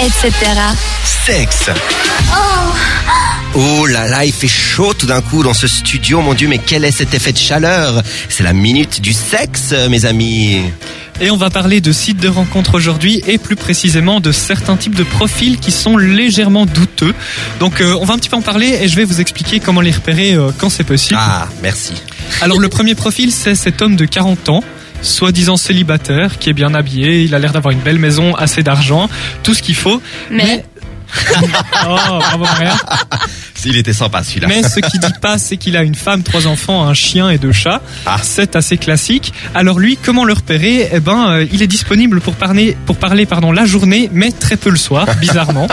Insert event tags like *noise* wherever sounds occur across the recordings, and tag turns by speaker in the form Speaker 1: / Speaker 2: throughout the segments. Speaker 1: etc.
Speaker 2: Sexe. Oh là là, il fait chaud tout d'un coup dans ce studio, mon Dieu, mais quel est cet effet de chaleur C'est la minute du sexe, mes amis.
Speaker 3: Et on va parler de sites de rencontres aujourd'hui et plus précisément de certains types de profils qui sont légèrement douteux. Donc euh, on va un petit peu en parler et je vais vous expliquer comment les repérer euh, quand c'est possible.
Speaker 2: Ah, merci.
Speaker 3: Alors le premier profil c'est cet homme de 40 ans soi-disant célibataire, qui est bien habillé, il a l'air d'avoir une belle maison, assez d'argent, tout ce qu'il faut.
Speaker 1: Mais,
Speaker 3: Oh, bravo, Maria.
Speaker 2: Il était sympa celui-là.
Speaker 3: Mais ce qu'il dit pas, c'est qu'il a une femme, trois enfants, un chien et deux chats.
Speaker 2: Ah.
Speaker 3: C'est assez classique. Alors lui, comment le repérer Eh ben, euh, il est disponible pour parler, pour parler, pardon, la journée, mais très peu le soir, bizarrement.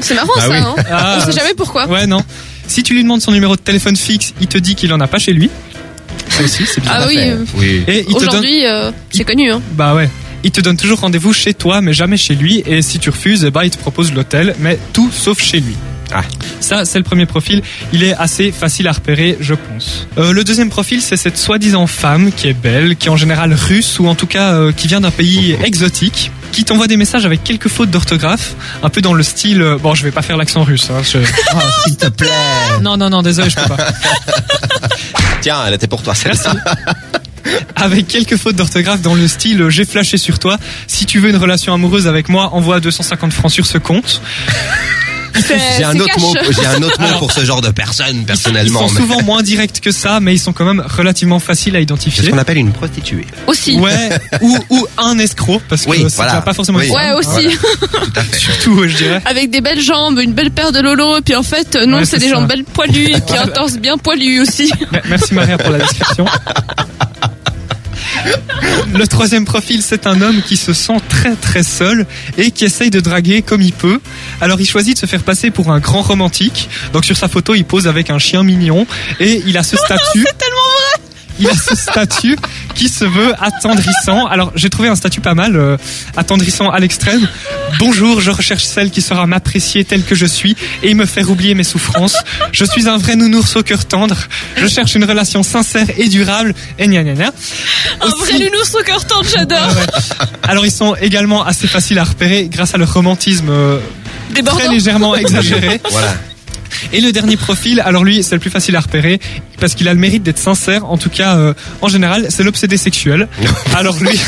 Speaker 4: C'est marrant
Speaker 2: Bah
Speaker 4: ça,
Speaker 2: oui.
Speaker 4: hein
Speaker 3: Ah,
Speaker 4: On sait jamais hein. pourquoi.
Speaker 3: Ouais, non. Si tu lui demandes son numéro de téléphone fixe, il te dit qu'il en a pas chez lui. Ça aussi, c'est bien.
Speaker 4: Ah oui, euh,
Speaker 2: Oui.
Speaker 3: Et il te donne,
Speaker 4: aujourd'hui, euh, c'est connu. Hein.
Speaker 3: bah ouais. Il te donne toujours rendez-vous chez toi, mais jamais chez lui. Et si tu refuses, eh ben, il te propose l'hôtel, mais tout sauf chez lui.
Speaker 2: Ah.
Speaker 3: Ça, c'est le premier profil. Il est assez facile à repérer, je pense. Euh, le deuxième profil, c'est cette soi-disant femme qui est belle, qui est en général russe ou en tout cas euh, qui vient d'un pays exotique, qui t'envoie des messages avec quelques fautes d'orthographe, un peu dans le style. euh, bon, je vais pas faire l'accent russe. hein,
Speaker 2: *laughs*
Speaker 3: je-
Speaker 2: Ah, S'il te plaît.
Speaker 3: Non, non, non, désolé, je peux pas.
Speaker 2: Tiens, elle était pour toi, celle-là.
Speaker 3: Merci. Avec quelques fautes d'orthographe dans le style euh, j'ai flashé sur toi. Si tu veux une relation amoureuse avec moi, envoie 250 francs sur ce compte.
Speaker 2: J'ai un,
Speaker 4: c'est
Speaker 2: autre
Speaker 4: cash.
Speaker 2: mot, j'ai un autre mot
Speaker 3: Alors.
Speaker 2: pour ce genre de personne,
Speaker 3: Euh, Ils
Speaker 2: personnellement.
Speaker 3: sont
Speaker 2: mais-
Speaker 3: souvent moins directs que ça, mais ils sont quand même relativement faciles à
Speaker 2: C'est ce
Speaker 3: identifier.
Speaker 2: qu'on appelle une prostituée.
Speaker 4: Aussi. Ouais,
Speaker 3: Ouais, ou, ou un escroc, parce que
Speaker 2: Oui,
Speaker 3: euh, c'est
Speaker 2: voilà.
Speaker 3: déjà pas forcément
Speaker 2: Oui.
Speaker 3: une femme.
Speaker 4: aussi.
Speaker 2: Tout à fait.
Speaker 3: Surtout, euh, je dirais.
Speaker 4: Avec des belles jambes, une belle paire de lolo, et puis en fait, euh, non,
Speaker 3: Ouais,
Speaker 4: c'est
Speaker 3: c'est
Speaker 4: des
Speaker 3: ça.
Speaker 4: jambes belles poilues, et puis un torse bien poilu
Speaker 3: *laughs*
Speaker 4: aussi.
Speaker 3: Me- Merci Maria pour la description. Le troisième profil, c'est un homme qui se sent très très seul et qui essaye de draguer comme il peut. Alors il choisit de se faire passer pour un grand romantique. Donc sur sa photo, il pose avec un chien mignon et il a
Speaker 4: Oh
Speaker 3: ce statut. Il a ce statut qui se veut attendrissant. Alors j'ai trouvé un statut pas mal, euh, attendrissant à l'extrême. Bonjour, je recherche celle qui saura m'apprécier telle que je suis et me faire oublier mes souffrances. Je suis un vrai nounours au cœur tendre. Je cherche une relation sincère et durable. Et gna gna gna.
Speaker 4: Un vrai
Speaker 3: Aussi-
Speaker 4: nounours au cœur tendre, j'adore.
Speaker 3: Ah ouais. Alors ils sont également assez faciles à repérer grâce à leur romantisme euh, très
Speaker 4: Débordant. *laughs*
Speaker 3: légèrement exagéré.
Speaker 2: Voilà.
Speaker 3: Et le dernier profil, alors lui c'est le plus facile à repérer parce qu'il a le mérite d'être sincère, en tout cas euh, en général c'est l'obsédé sexuel. Alors lui,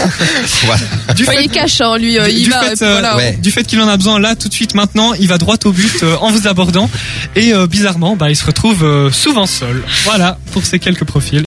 Speaker 2: Voilà.
Speaker 3: du
Speaker 4: Ouais,
Speaker 3: fait,
Speaker 4: il cache, hein, lui, euh,
Speaker 3: du-
Speaker 4: il
Speaker 3: du
Speaker 4: va.
Speaker 3: fait,
Speaker 4: et puis
Speaker 3: euh,
Speaker 4: voilà.
Speaker 2: ouais.
Speaker 3: du fait qu'il en a besoin là tout de suite maintenant, il va droit au but euh, en vous abordant et euh, bizarrement bah, il se retrouve euh, souvent seul. Voilà pour ces quelques profils.